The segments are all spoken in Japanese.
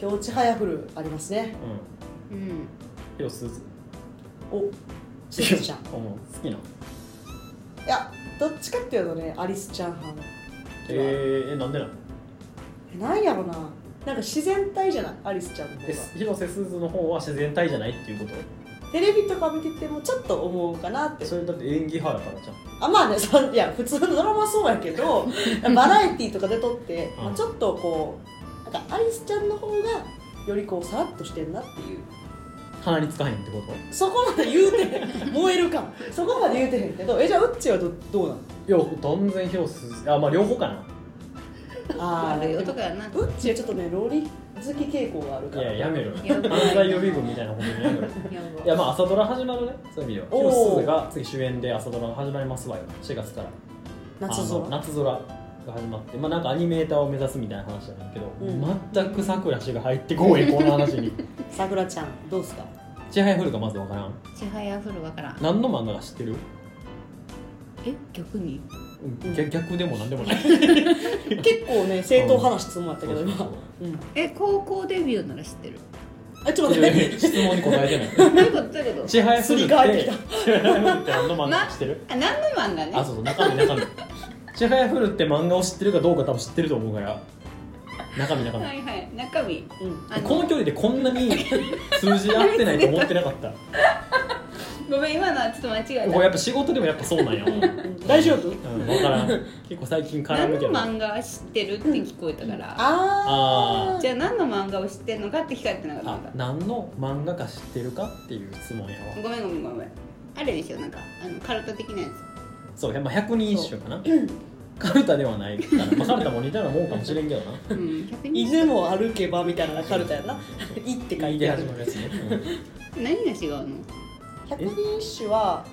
今日ちはやふるありますねううんんよすずおしずちゃん うん好きなのいやどっちかっていうとねアリスちゃん派えー、えなんでなのえなんやろななんか自然体じゃないアリスちゃんの方えが広瀬すずの方は自然体じゃないっていうこテレビとか見ててもちょっと思うかなってとそれだって演技派やからじゃんあまあねそいや普通のドラマはそうやけ どバラエティーとかで撮って、うんまあ、ちょっとこうなんかアリスちゃんの方がよりこうさらっとしてんなっていう鼻につかへんってことそこまで言うてへん燃えるかもそこまで言うてへんけどえじゃあうっちーはどどうなのいや断然広瀬すずあまあ両方かなあ悪い男やなうっちーはちょっとねロリ好き傾向があるかいらややめろよやばい犯罪予備軍みたいなことにや めろよやばいやまあ朝ドラ始まるねそういう意味ではおー広瀬すずが次主演で朝ドラが始まりますわよ4月から夏あの空夏空が始まってまあなんかアニメーターを目指すみたいな話じゃないけど、うん全くさくら氏が入ってこいこの話に桜ちゃんどうすかちはやふるがまずわからんちはやふるわからん何の漫画か知ってる、え逆にうん逆逆でも何でもない結構ね正当派な質問やったけどそうそう今そううんえ高校デビューなら知って るあちょっと待って質問に答えてないどういうことどういうことちはやふるってすり替えてちはやふるって何の漫画か知ってる、あ何の漫画ねあそうそう中身中身ちはやふるって漫画を知ってるかどうか多分知ってると思うから中身中身、はいはい中身うんあこの距離でこんなに数字合ってないと思ってなかったごめん今のはちょっと間違えこれやたっぱ仕事でもやっぱそうなん やうん大丈夫うん、分からん結構最近絡何むのけど漫画知ってるって聞こえたから、ああーじゃあ何の漫画を知ってんのかって聞かれてなかったあのか何の漫画か知ってるかっていう質問やわごめんごめんごめんあれでしょなんかあのカルタ的なやそう、まあ、百人一首かなカルタではないから、まあ、カルタも似たようなもんかもしれんけどなつ、うん、逆に犬も歩けばみたいな カルタやな「い」って書言いいてであ始るまるやつね、 何が違うの百人一首は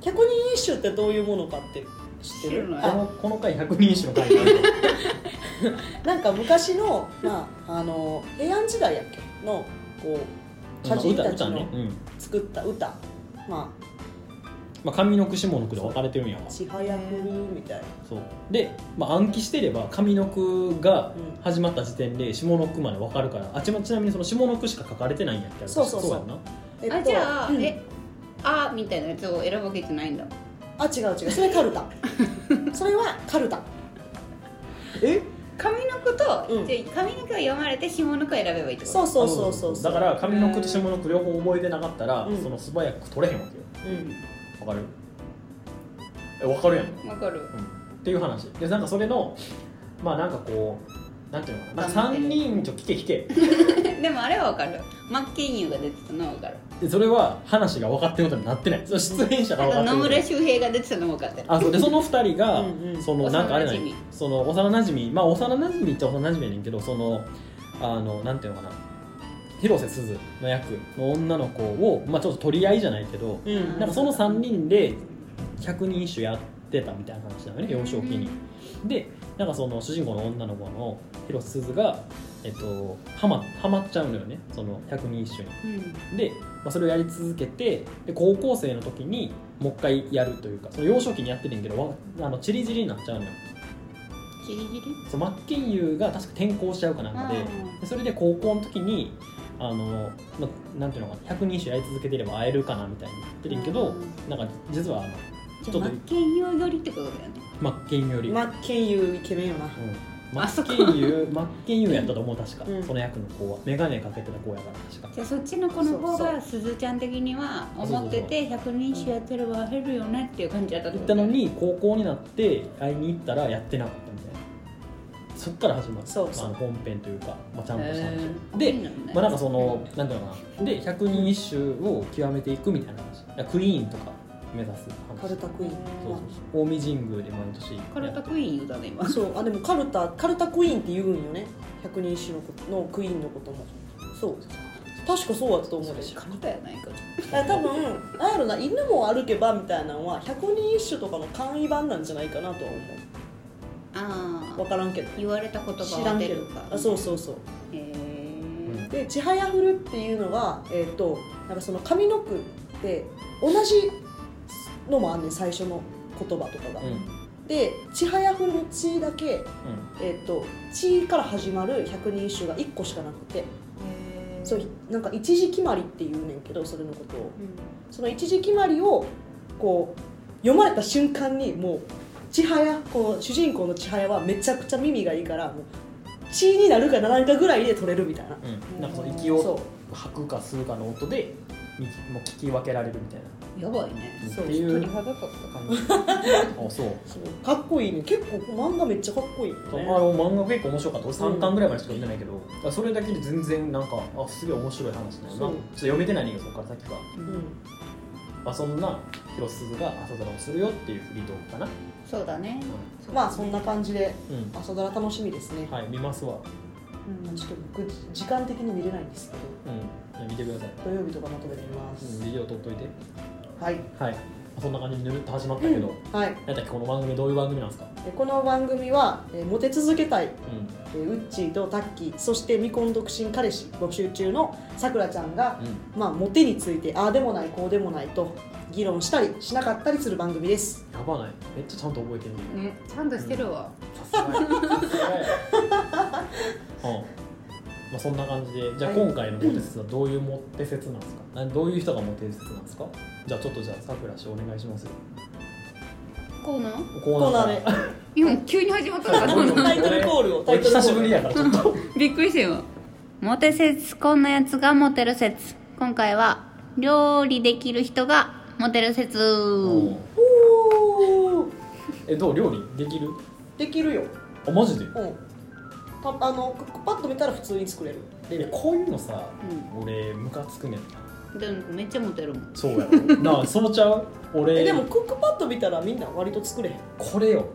百人一首ってどういうものかって知ってる知らうんないこあのこの回百人一首の回があるなんか昔の,、まあ、あの平安時代やっけのこう茶まあ人歌たち歌のね、うん作った歌ままあ、上の句下の句で分かれてるんやわあ「ちはやふる」みたいなそうで、まあ、暗記してれば上の句が始まった時点で下の句まで分かるからあちまちなみにその下の句しか書かれてないんやったらそうそうそうやんなえっとあじゃあ、うんえあみたいなやつを選ぶわけじゃないんだあ違う違うそれカル タそれはカルタえ上の句と、うんじゃあ上の句を読まれて下の句を選べばいいってことそうそうそうそうだから上の句と下の句両方覚えてなかったら、うんその素早く取れへんわけようんわかるえわかるやん、うん、っわかる ていう話でなんかそれのまあなんかこうなんていうのかななんか3人ちょ聞け聞けでもあれはわかる真っ金融が出てたのはわかるでそれは話が分かってることになってないその出演者あが分かとってる野こと村周平が出てたのも分かってるあそうでその2人がうんうんそのなんかあれない幼馴染その幼なじみまあ幼なじみっちゃ幼なじみやねんけどそのあのなんていうのかな広瀬すずの役の女の子を、まあ、ちょっと取り合いじゃないけど、うんなんかその3人で百人一首やってたみたいな話なのね幼少期に。でなんかその主人公の女の子の広瀬すずが、えっと、はまはまっちゃうのよねその百人一首に。うんで、まあ、それをやり続けてで高校生の時にもう一回やるというかその幼少期にやってるんやけどわあのチリジリになっちゃうのよギリギリそう真剣佑が確か転校しちゃうかなんかででそれで高校の時にあの、まあ、なんていうのかな100人種やり続けてれば会えるかなみたいに言ってるんやけど、うんなんか実はあのじちょゃっあと真っ金融よりってことだよね真剣佑より、真剣佑イケメンよなうんあそ真こ剣佑真剣佑やったと思う確か、うんその役の子は眼鏡かけてた子やから確かじゃあそっちの子の方そうそがすずちゃん的には思っそてうそうて百人一首やってれば減るよねっていう感じだったって行っこたとのに高校になって会いに行ったらやってなかったみたいなそっから始まるそうそうまあ、本編というか、まあ、ちゃんとした話、へーでいいのねまあ、なんかそのなんていうのかなで百人一首を極めていくみたいな話だからクイーンとか目指す話カルタクイーンそうそうそう近江神宮で毎年やってカルタクイーン言うたね今そうあでもカルタカルタクイーンって言うんよね百人一首のことのクイーンのこともそう確かそうやったと思うでしょカルタやないかだから多分なんやろな犬も歩けばみたいなのは百人一首とかの簡易版なんじゃないかなとは思あう分あからんけど言われた言葉知をら当んてけどるかあそうそうそうへえで「ちはやふる」っていうのはえっ、となんかその上の句って同じのもあんねん最初の言葉とかが、うんでちはやふるの「ち」だけ「えっとち」から始まる百人一首が1個しかなくてそうなんか一字決まりって言うねんけどそれのことをその一字決まりをこう読まれた瞬間にもう千早こう主人公の千早はめちゃくちゃ耳がいいからもう血になるかならないかぐらいで取れるみたいなうんうん、なんかそのうん息をそ吐くか吸うかの音でにもう聞き分けられるみたいやばいねなそうっていう 肌とか感じあそううそうかっこいいね結構漫画めっちゃかっこいいよねあの漫画結構面白かった俺3巻ぐらいまでしか読んでないけど、それだけで全然なんかあすげえ面白い話だよなちそょうっと読めてないねんけどそこからさっきから、ううんんまあ、そんな広鈴が朝ドラをするよっていうフリートークかな、そうだねまあそんな感じでうん朝ドラ楽しみですね、はい見ますわ、うん、ちょっと僕時間的に見れないんですけどうん、見てください、土曜日とかまとめてみまうん、す、ビデオ撮っといてはい、はいそんな感じでぬるっと始まったけど、はい、なんだっけこの番組どういう番組なんですか、でこの番組は、えーモテ続けたいうんえーウッチーとタッキーそして未婚独身彼氏募集中のさくらちゃんが、まあ、モテについてああでもないこうでもないと議論したりしなかったりする番組ですやばないめっちゃちゃんと覚えてるねねちゃんとしてるわさすがやさすがやうんまあ、そんな感じでじゃあはい今回のモテ説はどういうモテ説なんですか、などういう人がモテ説なんですかじゃあちょっとじゃあさくら氏お願いしますよコーナーココーナーででいやもう急に始まったのかと思ったタイトルコールをタイトルコール久しぶりやからちょっと びっくりしたよモテ説こんなやつがモテる説今回は料理できる人がモテる説うんおーえどう料理できるできるよあマジでうんパあのパッと見たら普通に作れるえこういうのさ俺ムカつくねんでもめっちゃモテるもんそうやろなあそうちゃう俺えでもクックパッと見たらみんな割と作れへんこれよ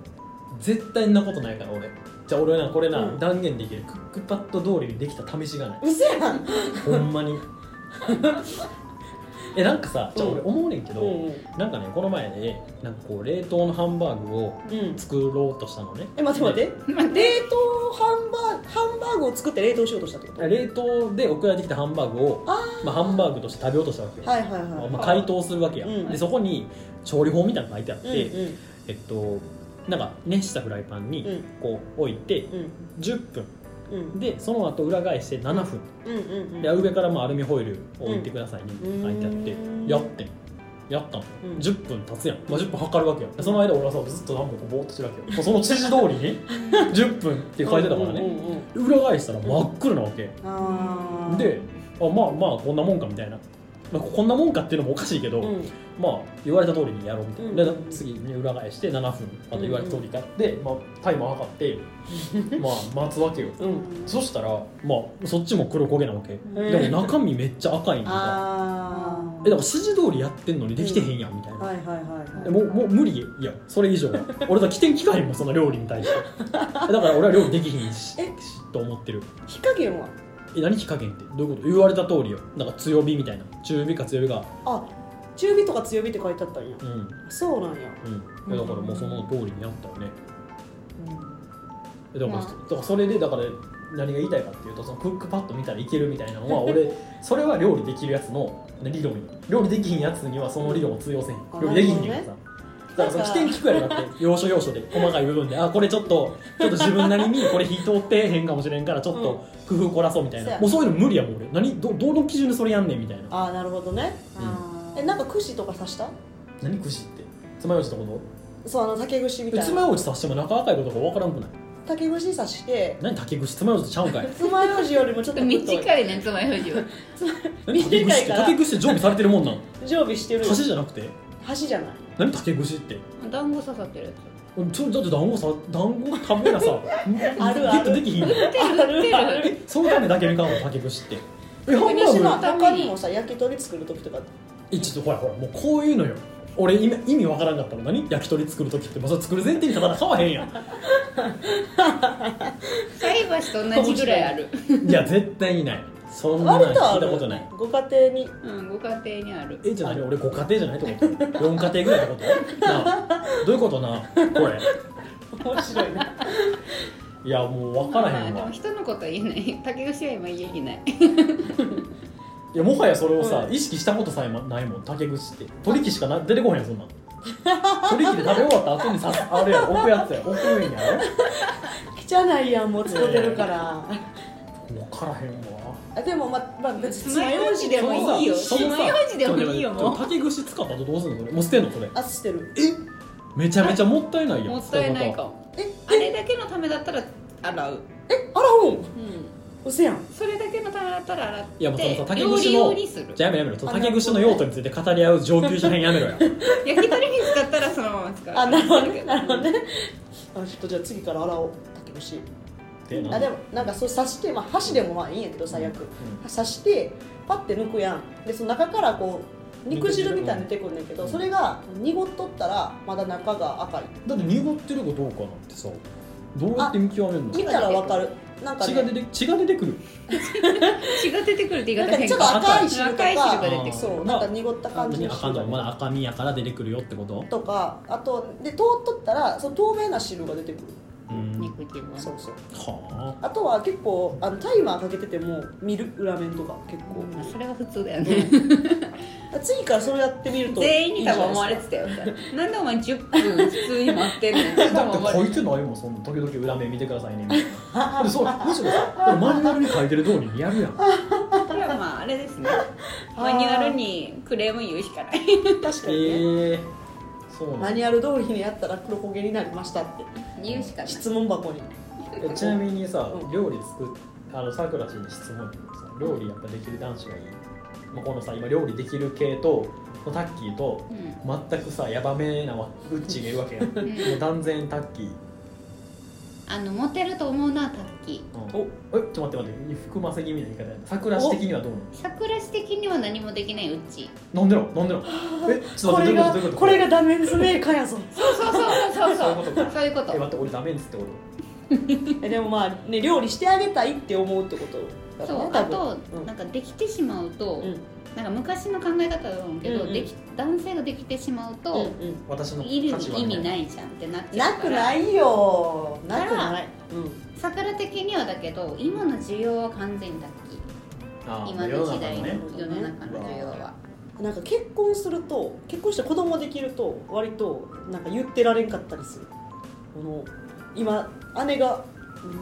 絶対んなことないから俺じゃあ俺なこれな、うん断言できるクックパッド通りにできた試しがない嘘やんほんまに えなんかさじゃあ俺う思うねんけど、うんうんなんかねこの前ねなんかこう冷凍のハンバーグをうん作ろうとしたのねえ待って待って冷凍ハンバーグハンバーグを作って冷凍しようとしたってことはい冷凍で送られてきたハンバーグをあまあ、ハンバーグとして食べようとしたわけよ、はいはいまあ、解凍するわけや、うんでそこに調理法みたいなのが書いてあって、うんうんえっとなんか熱したフライパンうにんこう置いてうん10分うんでその後裏返して7分、うんうんで上からもアルミホイルを置いてくださいね、うん書いてあってうんやってんやったの、うん10分経つやん、まあ、10分測るわけよその間俺はさずっと何もこうぼーっとしてるわけよもうその指示通りに10分って書いてたからうんねうんうんうん裏返したら真っ黒なわけあーであまあまあこんなもんかみたいな、まあ、こんなもんかっていうのもおかしいけど、うんまあ言われた通りにやろうみたいな、うんで次に裏返して7分また言われた通りやって、まあ、タイマー測 ってまあ待つわけようんそしたらまあそっちも黒焦げなわけ、ーでも中身めっちゃ赤いんだあえだから指示通りやってんのにできてへんやんみたいあな、はいはいはいえもうもう無理やんそれ以上は俺だ起点機会もんその料理に対してえだから俺は料理できひんしえしと思ってる火加減はえ何火加減ってどういうこと言われた通りよなんか強火みたいな中火か強火があ中火とか強火って書いてあったんやうんうんそうなんやえだからもうその通りにやったよねだから,、まあだからそれでだから何が言いたいかっていうとそのクックパッド見たらいけるみたいなの は俺それは料理できるやつの理論料理できひんやつにはその理論を通用せへんあ料理できひんねんからさだからその起点聞くやろだって要所要所で細かい部分であこれちょっとちょっと自分なりにこれ火通ってへんかもしれんからちょっと工夫凝らそうみたいそうな、やもうそういうの無理やもん俺何どどの基準でそれやんねんみたいなああなるほどねあーえなんか串とか刺した何串って爪楊枝ってこそうあの竹串みとたい爪な楊枝刺しても中赤いことが分からんくない竹串刺して何竹串爪楊枝ちゃうんかい爪楊枝よりもちょっと太い短いねつまようじは何竹串っ短いてから竹串って常備されてるもんなん常備してる箸じゃなくて箸じゃない何竹串って 団子刺さってるやうんちょだって団子さ団子食べなさ あるゲットできひんのつ売ってる売ってるあ るそのためだけに買うの竹串ってえハ竹ンバ串のーグために他にもさ焼き鳥作る時とかえちょっとほらほらもうこういうのよ俺今意味わからんかったの何焼き鳥作る時ってもうそれ作る前提に立たな買わへん やんつ菜箸と同じぐらいあるいや絶対にないそんなの割と聞あいたることないご家庭にうんご家庭にあるえじゃあ何俺5家庭じゃないと思って4家庭ぐらいのことなあどういうことなこれ面白いないやもう分からへんまあでわも人のことは言えない 竹串は今言えない いやもはやそれをさ、意識したことさえまないもん竹串って取り木しかな出てこへんよそんなん取り切り食べ終わった後にさあれやろ置くやつや置くんやろ 汚いやんもう使ってるから分からへんわあでもままあ別に爪楊枝でもいいよそのさ爪楊枝でもいいよちょもう竹串使った後どうすんのそれもう捨てんのそれあしてるめちゃめちゃもったいないやんもったいないかもえあれだけのためだったら洗う、えあらほんうん、うせやんそれだけのためだったら洗っていやもうそのさ竹料串理の用にするじゃあやめろやめろその竹串の用途について語り合う上級者編やめろよ焼き鳥に使ったらそのまま使う あなるほどねなるほど ねあちょっとじゃあ次から洗おう竹串でなあでもなんかそう刺して、まあ、箸でもまあいいんやけど最悪、刺してパッて抜くやんでその中からこう肉汁みたいに出てくるんだけど、うんそれが濁っとったらまだ中が赤いだって濁ってるかどうかなんてさどうやって見極めるの見たらわかるなんか、血が出ね、て血が出てくる 血が出てくるって言い方変なんかちょっと赤い汁とか赤い汁が出てくるそうなんか濁った感じの赤汁のまだ赤身やから出てくるよってこととかあとで通っとったらその透明な汁が出てくるうん肉汁がそうそうはあとは結構あのタイマーかけてても見る裏面とか結構、まあそれは普通だよねうん次からそれやってみると全員に多分思われいいんてたよなんでお前10分普通に待ってんのあだっ多分て思わ書れいててないもんそんな時々裏面見てくださいねみたいなでそうむしろさこれマニュアルに書いてる通りにやるやんたこれはまああれですねあーマニュアルにクレーム言うしかないじゃないですか確かにね、えー、そうマなんニュアル通りにやったら黒焦げになりましたって言うしかない質問箱にえちなみにさうん料理作っあのさくらちに質問やけどさ料理やっぱできる男子がいい、まあ、このさ今料理できる系とこのタッキーとうん全くさヤバめなわウッチーがいるわけやんもんう断然タッキー、あのモテると思うなタッキーおえちょっと待って待って含ませ気味な言い方やなさくら氏的にはどうなの桜市的には何もできないうち飲んでろ飲んでろえちょっこと待れってどういうがことどういうことこれがダメンズメーカーやぞそうそうそうそうそうそういうこそとかえ待っうそういうことて俺ダメですってことえでもまあね料理してあげたいって思うってことだそよねう多あ分とうんなんかできてしまうとうんなんか昔の考え方だと思うけうんどうんでき男性ができてしまううんとうん私のいる立場意味いないじゃんってなっちゃなうかくらないよなくかならい、うん、桜的にはだけど今の需要は完全に脱期あー今の時代の世の中世の中の需要はなんか結婚すると結婚して子供できると割となんか言ってられんかったりするこの今姉が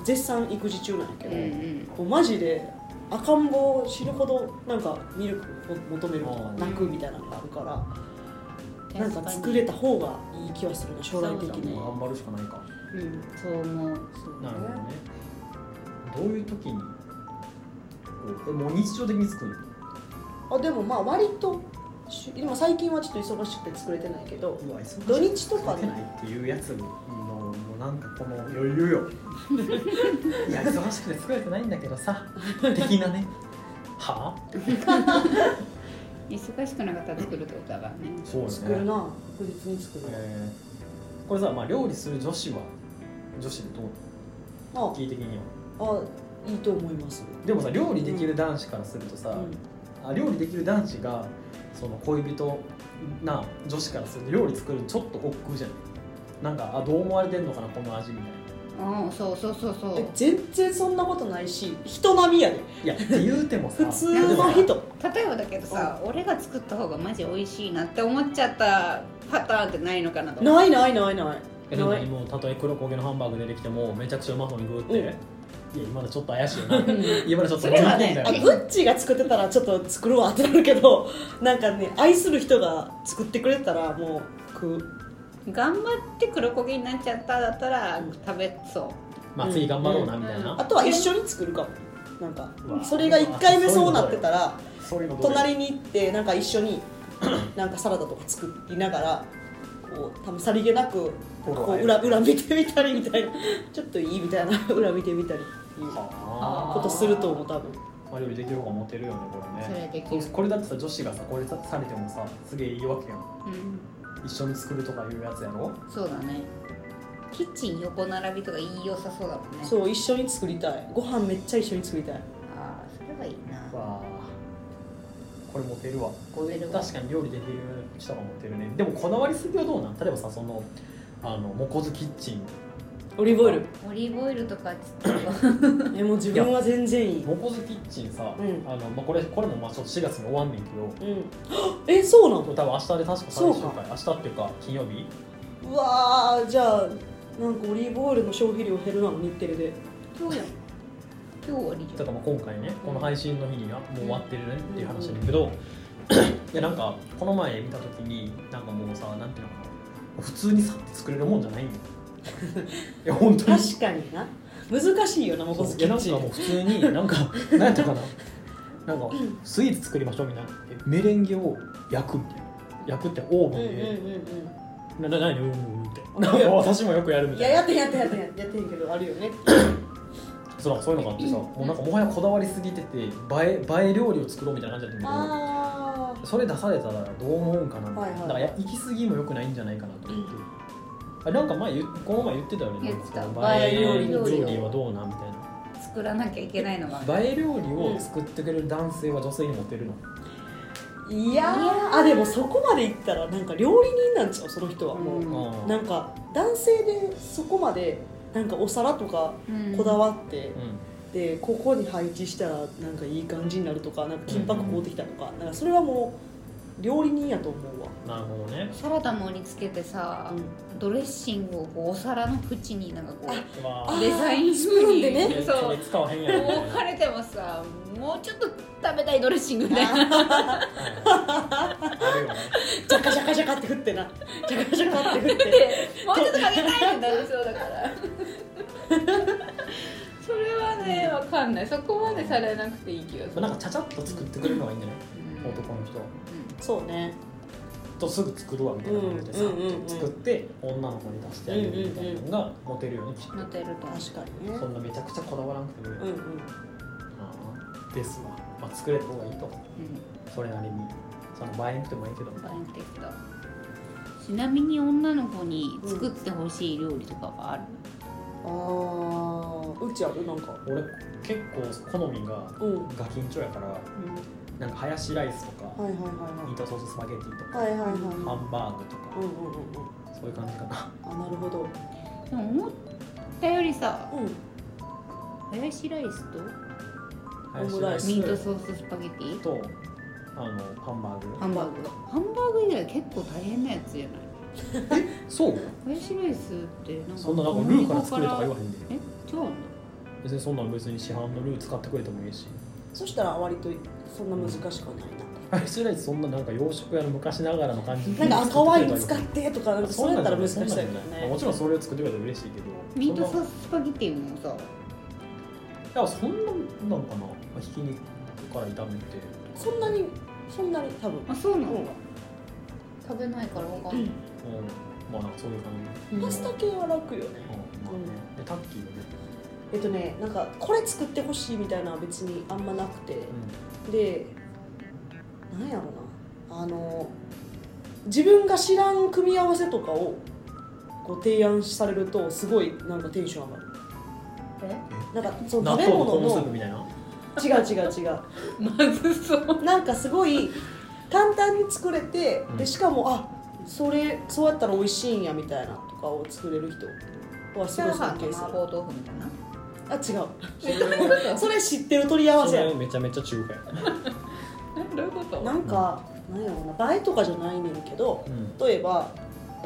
絶賛育児中なんやけうんど、うもんうマジで赤ん坊死ぬほどなんかミルクを求めるとかあー泣くみたいなのがあるからなんか作るれた方がいい気はするね将来的にもう頑張るしかないかうんそう思うそうなるほどねねどういう時にえもう日常的に作るのあでもまあ割とし今最近はちょっと忙しくて作れてないけどうわ忙しい土日とか作れないねっていうやつのもうなんかこの余裕よいや忙しくて作れてないんだけどさ的なねはあ忙しくなかったら作るってことだからねそうよ作るな確実に作る、えーこれさ、まあ、料理する女子は女子でどうなあのキー的にはあいいと思います、でもさ料理できる男子からするとさ、うんあ料理できる男子がその恋人な女子からすると料理作るのちょっと億劫じゃないなんかあどう思われてんのかなこの味みたいうんそうそうそうそうえ全然そんなことないし人並みやでないやって言うてもさ普通の人例えばだけどさ俺が作った方がマジ美味しいなって思っちゃったパターンってないのかなと思うないないないないえでも何もうたとえ黒焦げのハンバーグ出てきてもめちゃくちゃうまそうに食うって、うんいや今のちょっと怪しいよなうん今のちょっとそれはね飲み込んだあよグッチが作ってたらちょっと作るわってなるけどなんかね愛する人が作ってくれてたらもう食う頑張って黒焦げになっちゃっただったらうん食べそうまあ次頑張ろうなみたいな、うんあとは一緒に作るかもなんかうわそれが1回目そうなってたらそういうのどう隣に行ってなんか一緒になんかサラダとか作りながらこう多分さりげなくフォロこワーう裏裏見てみたりみたいなちょっといいみたいな 裏見てみたりっていうはことすると思う多分あまあ料理できる方がモテるよねこれねそれはできそるうこれだってさ女子がさこれさされてもさすげえいいわけやんうん一緒に作るとかいうやつやろそうだねキッチン横並びとかいい良さそうだもんねそう一緒に作りたいご飯めっちゃ一緒に作りたいああそれはいいなわあこれモテるわこれモテるわ確かに料理できる人がモテるねでもこだわりすぎはどうなん例えばさそのあのモコズキッチンオリーブオイルオリーブオイルとかち ょっとえもう自分は全然いいモコズキッチンさ、うんあのまあ、これこれもまあちょっと4月に終わんねんけどうんえそうなの多分明日で確か最終回明日っていうか金曜日うわーじゃあなんかオリーブオイルの消費量減るなの日テレで今日やん今日終わりじとゃんかまあ今回ねこの配信の日にはもう終わってるねっていう話なんだけど、いやなんかこの前見た時になんかもうさなんていうのかな普通にさって作れるもんじゃないんだよいや本当に確かにな難しいよなモコズキいッやなんかチもうン普通になんかなんやったかななんかスイーツ作りましょうみたいなえメレンゲを焼くみたいな焼くってオーブうんうんうンんで、うなな何うんうんうんってなんか 私もよくやるんみいたやいなやってやってやってやってやってんけどあるよねそうそういうのがあってさもうなんかもはやこだわりすぎてて映え映え料理を作ろうみたいな感じだったんだけ どああそれ出されたらどう思うんかなみたいな、はいはいだからや行き過ぎもよくないんじゃないかなと思って、あなんか前言っこの前言ってたよね言ってたなんか映え料理映え料理はどうなんみたいな作らなきゃいけないのが映え料理を作ってくれる男性は女性にモテるの、いやいやーーあでもそこまでいったらなんか料理人なんちゃうその人はもう、うんあーなんか男性でそこまでなんかお皿とかこだわって、うんでここに配置したらなんかいい感じになるとかなんか金箔買うてきたとか,、なんかそれはもう料理人やと思うわ、なるほどね。サラダ盛り付けてさ、ドレッシングをこうお皿の縁になんかこわあうデザインスプーンであねね、そそうれ使わへんやろ。もう置かれてもさもうちょっと食べたいドレッシングみたいなあるよね。 ジャカジャカジャカって振ってな ジャカジャカって振って もうちょっとかけたいってなりそうだから それはねわかんないそこまでされなくていい気がするなんかちゃちゃっと作ってくれるのがいいんじゃない？うん男の人は。そうねとすぐ作るわみたいな感じでさ、うんうんうんうん作って女の子に出してあげるみたいなのがモテるよね。きっとモテると確かにねそんなめちゃくちゃこだわらなくてもいい。うんうんあーですわ。まあ作れた方がいいと。うんそれなりに。その映えなくてもいいけど。バレてきたちなみに女の子に作ってほしい料理とかはある、ああうちあるなんか俺結構好みがうんはいガキンチョやから、なんかハヤシライスとか、はいはいミートソーススパゲティとか、はいはいはいはいハはンバーグとかいうん、うんうんうんそういう感じかな。あなるほどでも思ったよりさうんハヤシライスとオムライスミートソーススパゲティとあのハンバーグハンバーグハンバーグ以外結構大変なやつじゃないそうハヤシライスってなんかそんななんかルーから作るとか言わへへんでえ違うんだ別にそんなん別に市販のルー使ってくれてもいい しそしたら割とそんな難しくはないなハヤシライスそんななんか洋食屋の昔ながらの感じなんか赤ワイン使ってとかなんかそうやったら難しさやいけどまあもねちろんそれを作ってくれたら嬉しいけどミートソーーススパゲティもさスいやそんななんかなまあひき肉から炒めてそんなにそんなに多分あそううなんんだ食べないからわかんないうんまあなんかそういう感じパスタ系は楽よねうんまあねでタッキーがねえっとねなんかこれ作ってほしいみたいなのは別にあんまなくてでなんやろなあの自分が知らん組み合わせとかをこう提案されるとすごいなんかテンション上がるえなんかそうんの納食べ豆のコ物ーンスープのみたいな違う違う違うまずそうなんかすごい簡単に作れて、うんでしかもあそれそうやったら美味しいんやみたいなとかを作れる人はすチごャいーハ尊ンと敬す麻る婆豆腐みたいなあ違それはうそれ知ってる取り合わそせれやはめちゃめちゃ中華やえどういうことなんか、なんやろな映えとかじゃないねんけどうん例えば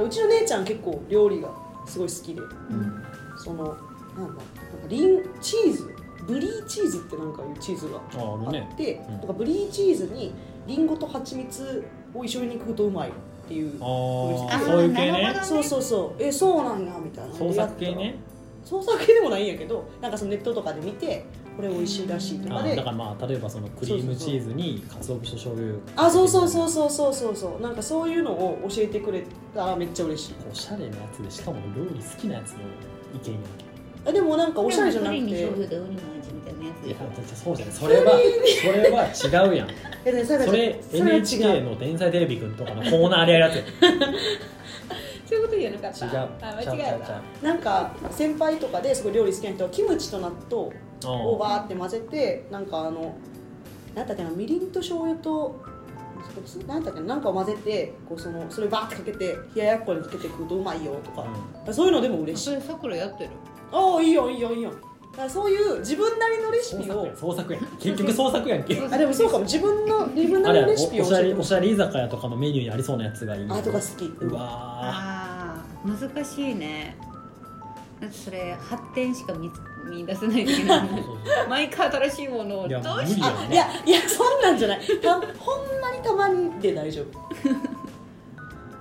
うちの姉ちゃん結構料理がすごい好きでうんそのなんだなんかリンチーズブリーチーズってなんかいうチーズがあああるねって、うんとかブリーチーズにリンゴと蜂蜜を一緒に食うとうまいっていうあーあーそういう系なるほねどそうそうそうえそうなんやみたいな創作系ね創作系でもないんやけどなんかそのネットとかで見てこれ美味しいらしいとあかーでだからまあ例えばそのクリームチーズに鰹節と醤油あそうそうそううそうそうそうそうなんかそういうのを教えてくれたらめっちゃ嬉しいおしゃれなやつでしかも料理好きなやつの意見やんけあでもなんかおしゃれじゃなくプリンにて醤油でウニの味みたいなやついでやしだってそょうじゃないそれはそれは違 うやんえねそそれそれは違う NHK の「天才テレビくん」とかのコーナーでやるやそういうこと言うのかっつたや違うちあゃうちゃう間違えちゃたうなんか先輩とかですごい料理好きな人はキムチと納豆をバーって混ぜてなんかあのなんだっけなみりんと醤油とそこつなんだっけなんかを混ぜてこうそのそれバーってかけて冷ややっこにかけて食うとうまいよとか、そういうのでも嬉しそいれさくらやってるああいいよいいよいいよだからそういう自分なりのレシピを創作やん結局創作やんけあでもそうかも自分の自分なありれやのレろシピおをおしゃ教えれてほおしいしゃれ居酒屋とかのメニューにありそうなやつがいいあとか好きうわああー難しいねだってそれ発展しか見つ見出せないけど ーそうそう毎回新しいものをいどやう無し理やろいやいやそんなんじゃないたほんまにたまにで大丈夫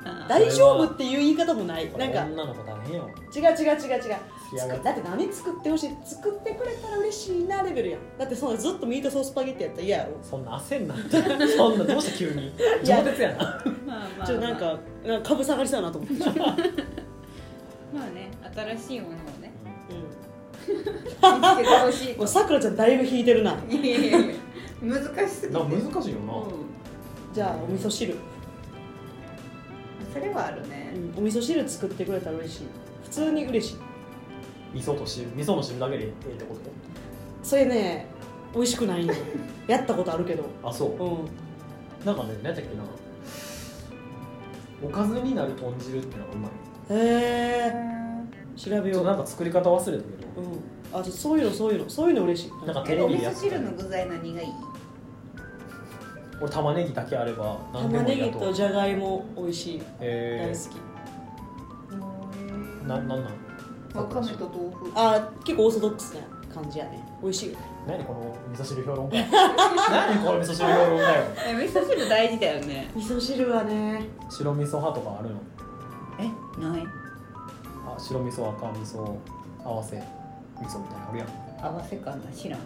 あ大丈夫っていう言い方もないなんか女の子大変よ違う違う違う違ういや作だって何作ってほしい作ってくれたら嬉しいなレベルやんだってそのずっとミートソーススパゲッティやったら嫌やろそんな焦んなそんなどうして急に上鉄やなーまあまあまあちょっとなんかなんか株下がりそうやなと思って、うん、まあね新しいものを ね見つけてほしいもうさくらちゃんだいぶ引いてるないやいやいや難しすぎてなんか難しいよなうじゃあお味噌汁、ん、それはあるねうん、お味噌汁作ってくれたら嬉しい普通に嬉しい味噌と汁味噌の汁だけでええってこそれね美味しくないん よやったことあるけどとあそううなんかね何やったっけなおかずになる豚汁ってのがうまいんへえ調べよちょっとうなんか作り方忘れうんたけど、あちょそういうのそういうのそういうの嬉しいなんかえテレおビ味でや噌ってた汁の具材何がいい俺玉ねぎだけあれば何で玉もいねいやぎととじゃがいも美味しい大え好きー、ななんなんわかめと豆腐あ結構オーソドックスな感じやね美味しいよね何この味噌汁評論家 何この味噌汁評論家よえ味噌汁大事だよね味噌汁はね白味噌派とかあるのえないあ白味噌赤味噌合わせ味噌みたいなのあるやん合わせかな知らん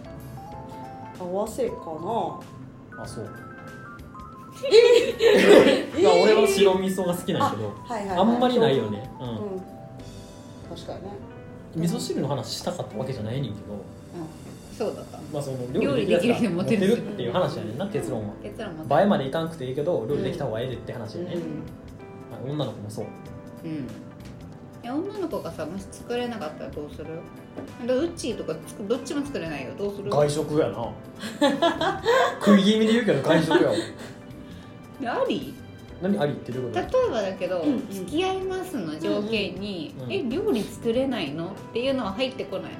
合わせかなあそう、えまあ、俺はは白味噌が好きなんやけどはいはい、あんまりないよねね、ううん確かにねん、味噌汁の話したかったわけじゃないねんけど、そうだったまあ、その料料理理ででききるるやつやつががモモテテるるっていう話やねんな結論は結論また映えまでいかんくていいけど料理できた方がええでって話やね、うんあ女の子もそううんいや女の子がさもし作れなかったらどうするでうちとかつくどっちも作れないよどうする外食やな 食い気味で言うけど外食やわであり何ありってどういうこ例とえばだけど、うんうん付き合いますの条件に、うんうんえ料理作れないのっていうのは入ってこない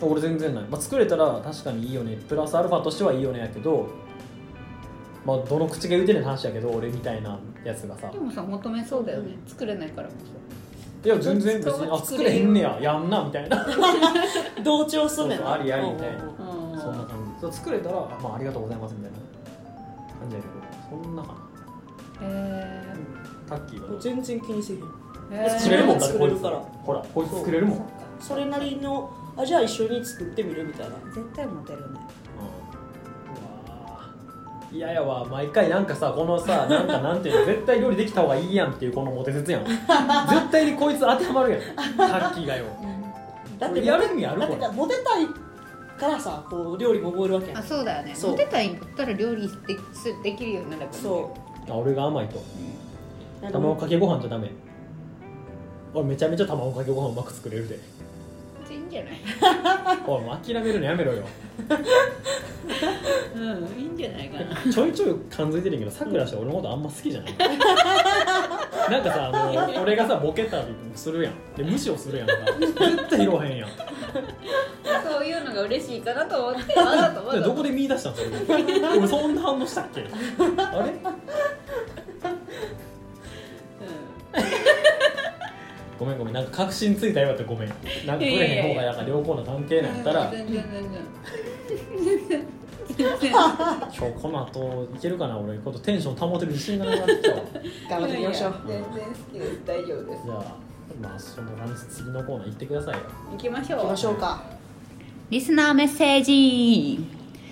の俺全然ない、まあ、作れたら確かにいいよねプラスアルファとしてはいいよねやけどまあどの口が言うてる話やけど俺みたいなやつがさでもさ求めそうだよね、う作れないからこいや全然別にあ作れへんねややんなみたいな同調すんねんそうそうありありみたいなうんうんそそんなあ感じそう作れたらあ,、まあ、ありがとうございますみたいな感じやけどそんなかなーへタッキーはうんどう全然気にせえへんーへー作れるもんだって作これいるつからほらこいつ作れるもん、うん、それなりのあじゃあ一緒に作ってみるみたいな絶対モテるねうわー嫌やわ毎回なんかさこの さなんかなんていうの絶対料理できた方がいいやんっていうこのモテ説 やん絶対にこいつ当てはまるやんタッキーがよだっこてれやる意味あるだっこてれかモテたいからさこう料理も覚えるわけやあんそうだよねそうモテたいんだったら料理できできるようになればいいそあ俺が甘いとうなんか卵かけご飯じゃダメ俺めちゃめちゃ卵かけご飯うまく作れるでういいんじゃないおいもう諦めるのやめろようんいいんじゃないかなちょいちょい感づいてるけどさくらして俺のことあんま好きじゃないなんかさあの俺がさボケたりするやんで無視をするやんか絶対拾わへんやん そういうのが嬉しいかなと思ってわざとわじゃあざとど こで見出したのそれ俺そんな反応したっけあれごめんごめんなんか確信ついたようだったらごめんなんか取れへん方がなんか良好な関係なんやったら全然全然今日この後いけるかな俺ことテンション保てる自信がなくなってきたわじ頑張っていきましょう全然好きです大丈夫ですゃあまあそんな感じで次のコーナー行ってくださいよ行きましょ行きまうしょうかリスナーメッセージ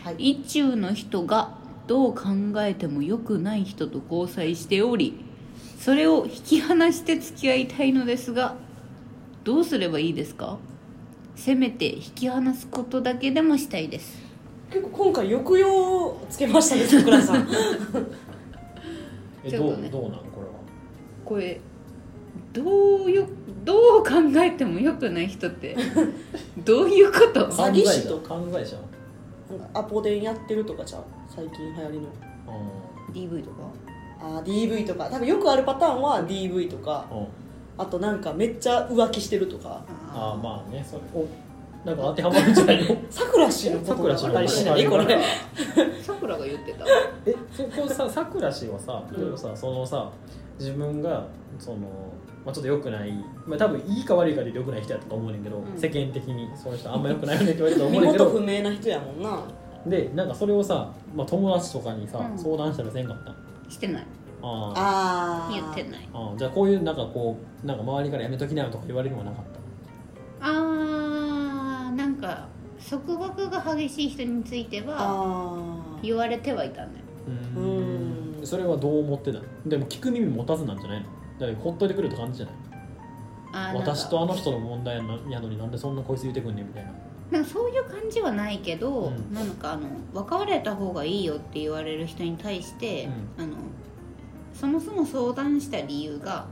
はい一中の人がどう考えても良くない人と交際しておりそれを引き離して付き合いたいのですがどうすればいいですかせめて引き離すことだけでもしたいです結構今回抑揚をつけましたね桜さんえちどょっうとねどうなんこれはこれどうよどう考えても良くない人って どういうこと詐欺師と犯罪者犯罪者なんかアポ電やってるとかじゃん最近流行りのう DV とかあー DV とか多分よくあるパターンは DV とかんうんあとなんかめっちゃ浮気してるとかああまあねそれおなんか当てはまるんじゃないのさくら氏のことだったりしないこ桜氏のれさくらが言ってたえ そこささくら氏はさうん例えばさ、そのさ自分がその、まあ、ちょっと良くない、まあ、多分いいか悪いかで良くない人やったと思うねんけど、うん世間的にその人あんま良くないよねって言われたと思身うねんけ 元ど不明な人やもんなでなんかそれをさ、まあ、友達とかにさ、うん相談したらせんかったんしてないああー言っていないあーじゃあこういうなんかこうなんか周りからやめときなよとか言われるのはなかったあーなんか束縛が激しい人についてはあー言われてはいたねうーうーんそれはどう思ってたのでも聞く耳持たずなんじゃないのだってほっといてくるって感じじゃないあーなんか私とあの人の問題なやのになんでそんなこいつ言うてくんねんみたいななんかそういう感じはないけど、うんなんかあの別れた方がいいよって言われる人に対して、あのそもそも相談した理由が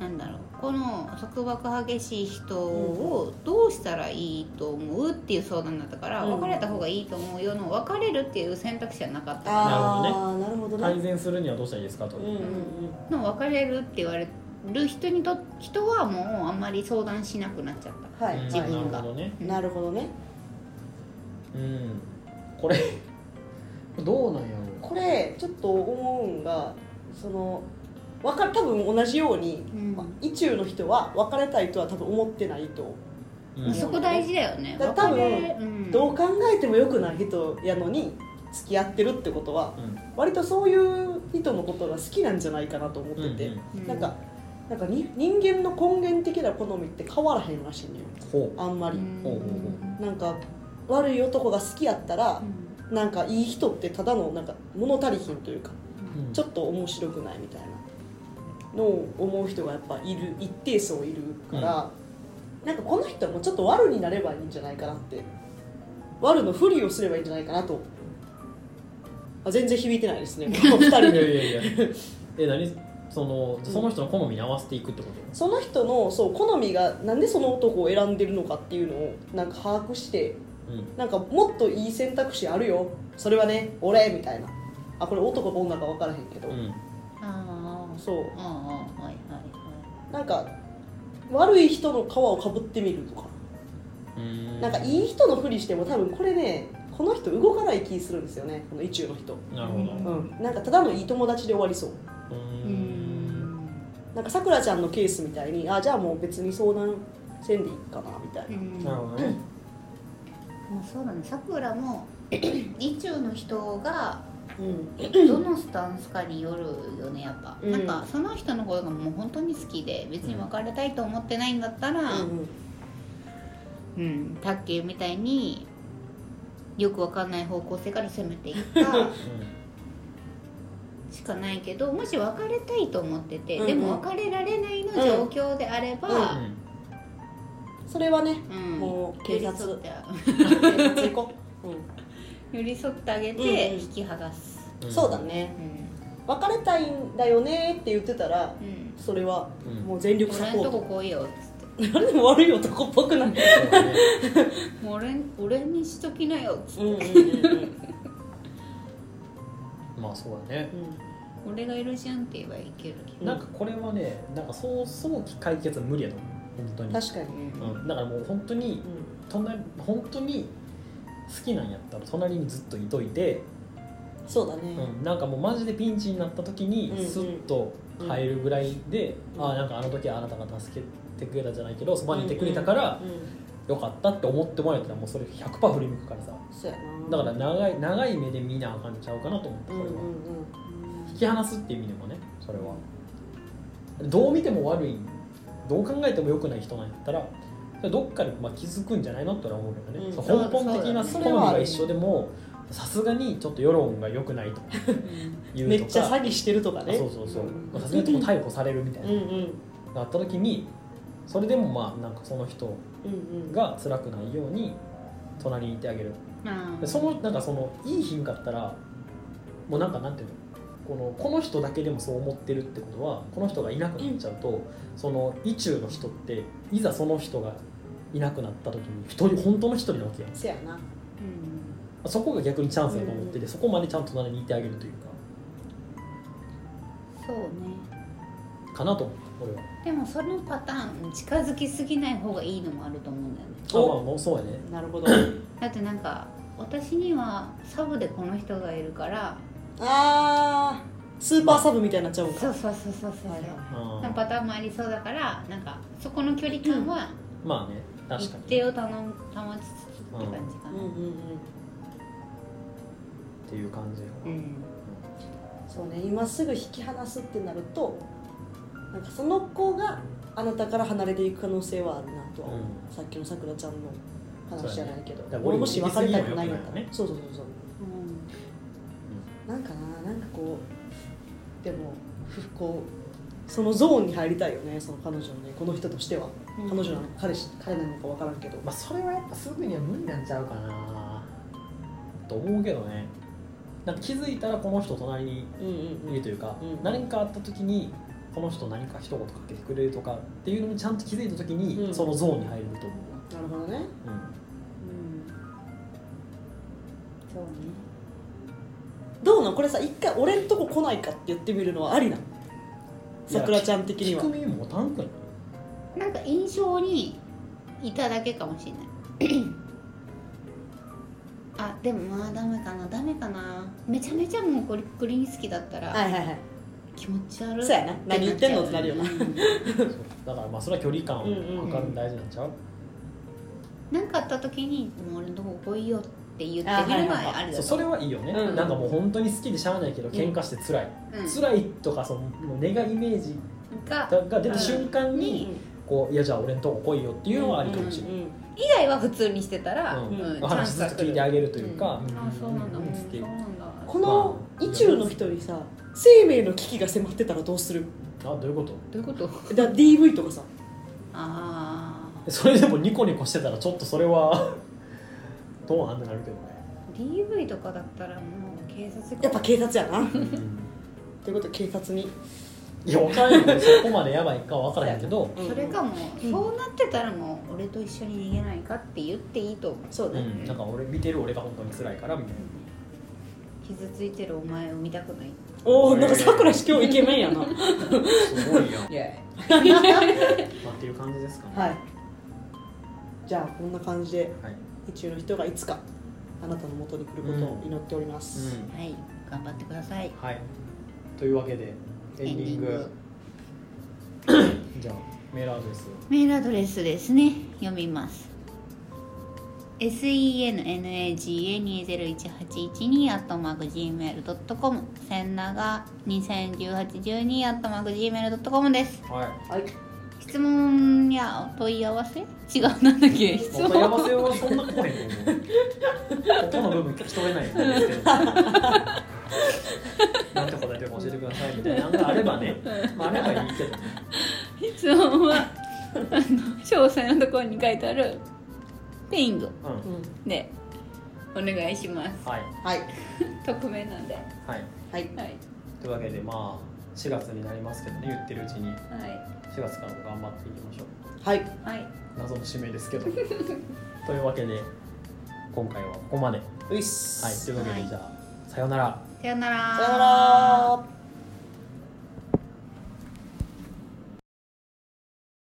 うなんだろうこの束縛激しい人をどうしたらいいと思うっていう相談だったから、うん別れた方がいいと思うよの別れるっていう選択肢はなかったかあーなるほどん、ね改善するにはどうしたらいいですかと、うんうんらの別れるって言われる人にと人はもうあんまり相談しなくなっちゃったうんはいうんは自分いがなるほどねなるほどねうんこれどうなんやろこれちょっと思うんがそのわか多分同じように、うんまあ意中の人は別れたいとは多分思ってないと、う、まあそこ大事だよねだから多分別れうんどう考えてもよくない人やのに付き合ってるってことはうん割とそういう人のことが好きなんじゃないかなと思ってて、うんうんなんかなんかに人間の根源的な好みって変わらへんらしいのよほうあんまり、うんほうほうほなんか悪い男が好きやったらう、んなんかいい人ってただのなんか物足りひんというかうんちょっと面白くないみたいなのを思う人がやっぱいる一定層いるから、なんかこの人もちょっと悪になればいいんじゃないかなって悪のふりをすればいいんじゃないかなとあ全然響いてない ですねこの2人いやにいやいやえ何そのその人の好みに合わせていくってこと、その人のそう好みがなんでその男を選んでるのかっていうのをなんか把握してうんなんかもっといい選択肢あるよそれはね俺みたいなあこれ男か女か分からへんけど、うんあーそうああはいはいはなんか悪い人の皮をかぶってみるとかうんなんかいいい人のふりしても多分これねこの人動かない気するんですよねこの意中の人、なるほう、どうんなんかただのいい友達で終わりそうういんなんかさくらちゃんのケースみたいにあじゃあもう別に相談せんでいいかなみたいな、うんなるほどねもうそうだねさく らも意中の人がうんどのスタンスかによるよねやっぱ、うんなんかその人のことがもう本当に好きで別に別れたいと思ってないんだったら、うんタッキーみたいによくわかんない方向性から攻めていくか しかないけどもし別れたいと思ってて、うんうんでも別れられないの状況であれば、うんうん、それは ねうんもう警察寄り添って警察行こう、う 寄り添ってあげうてんうん引き剥がす、うんん、そうだねうん別れたいんだよねって言ってたらそれはうんもう全力サ俺んポとこー来いよっつってト何でも悪い男っぽくないそうだね俺俺にしときなよっつってうんうんうんうんまあそうだね俺がいるじゃんって言えばいけるけど、なんかこれはねなんかそう早期解決は無理やと思う本当に確かに、うん、だからもう本当に隣本当に好きなんやったら隣にずっといといて、そうだね、うん、なんかもうマジでピンチになった時にうんうんスッと入るぐらいで、うんああなんかあの時あなたが助けてくれたじゃないけどそばにいてくれたからうんうんうんよかったって思ってもらえたらもうそれ100%振り向くからさそうやなだから長い長い目で見なあかんちゃうかなと思ったうんこうれんは、うん引き離すっていう意味でもねそれはどう見ても悪いどう考えても良くない人なんやったらどっかでまあ気づくんじゃないのとは思うけどね、うんそのそうだ根本的なそ好うみだねが一緒でもさすがにちょっと世論が良くないというとめかっちゃあ詐欺してるとかねそうそうそううんまあさすがにちょっと逮捕されるみたいうんうな、んがあった時にそれでもまあなんかその人うんうんが辛くないように隣にいてあげるあでそのなんかそのいい品買ったらもうなんかなんていうのこのこの人だけでもそう思ってるってことはこの人がいなくなっちゃうと、その意中の人っていざその人がいなくなった時に一人本当の一人なわけやんせやなうんそこが逆にチャンスだと思ってうて、んそこまでちゃんと隣にいてあげるというそうねかかなと思う俺はでもそのパターン近づきすぎない方がいいのもあると思うんだよねおあまあもうそうやねなるほどだってなんか私にはサブでこの人がいるから あースーパーサブみたいになっちゃうんそかうそうそうそうそうはいはいあーそのパターンもありそうだからなんかそこの距離感はまあね確一かに定を保保ちつつって感じかうな、んうんうんっていう感じようんそうね今すぐ引き離すってなるとなんかその子があなたから離れていく可能性はあるなとは思う、うさっきのさくらちゃんの話じゃないけど、そうだねだから俺もし別れたくないんだっ俺も別れたくないたかららねねそうそうそうそうなんかななんかこうでもふこうそのゾーンに入りたいよねその彼女のねこの人としては、うん彼女なのか彼氏彼なのか分からんけど、まあそれはやっぱすぐには無理なんちゃうかなと思うけどねなんか気づいたらこの人隣にうんうんいるとういうか、うん何かあった時にこの人何か一言かけてくれるとかっていうのにちゃんと気づいた時に、うんそのゾーンに入るとなる思ほどねうわ、うんそうねどうなんこれさ一回俺んとこ来ないかって言ってみるのはありなのさくらちゃん的に聞はく耳持たんくないなんか印象にいただけかもしれない あでもまあダメかなダメかなめちゃめちゃもうゴリッゴリに好きだったら、はいはいはい気持ち悪いそうやな何言ってんのってなるよなだからまあそれは距離感をうんうんうん測るの大事なんちゃう,、何かあった時に「もう俺のとこ来いよ」って言あってみるのはあるだそうとそれ思うはいいよね、うんなんかもう本当に好きでしゃあないけど喧嘩して辛い、辛いとかそのもうネガイメージうんがが出た瞬間うんに、こういやじゃあ俺んとこ来いよっていうのはありかもしれない、うんうんうん以外は普通にしてたら、うんうんお話ずっと聞いてあげるというか、あそうなんだ、ううんん、つっそうてなんだこの意中の人にさ生命の危機が迫ってたらどうするあどういうことどういうことだ DV とかさあ あそれでもニコニコしてたらちょっとそれは どうなんてなるけど DV とかだったらもう警察行こうやっぱ警察やなね、ということは警察にいや分からんよそこまでやばいかは分からへんけど、それかもう、うんそうなってたらもう俺と一緒に逃げないかって言っていいと思うそううね、ん、なんか俺見てる俺が本当に辛いからみたいな傷ついてるお前を見たくないおおなんかさくらし今日イケメンやなはすごい やん、いやまあ、っていう感じですかねいじゃあこんな感じではい、意中の人がいつかあなたの元に来ることを祈っております、うはい頑張ってくださいん、はいというわけでエンディングエンディング じゃあメールアドレスメールアドレスですね読みます sennaga201812 アットマーク gmail.com 千長201812アットマーク gmail.com ですはいはい質問やお問い合わせ違うなんだっけ質お問い合問わせはそんな来へんと思うここの部分聞き取れないんですけどなんて答えてるか教えてくださいみたいなのがあればね、まあ、あればいいけどね質問はあの詳細のところに書いてあるペイングうんうんでお願いしますはいはい匿名なんでははいはいいというわけでまあ4月になりますけどね言ってるうちには4月からも頑張っていきましょうはいいはい謎の指名ですけ どというわけで今回はここまではういっすいというわけはでいじゃあ、さようならさよならさよなら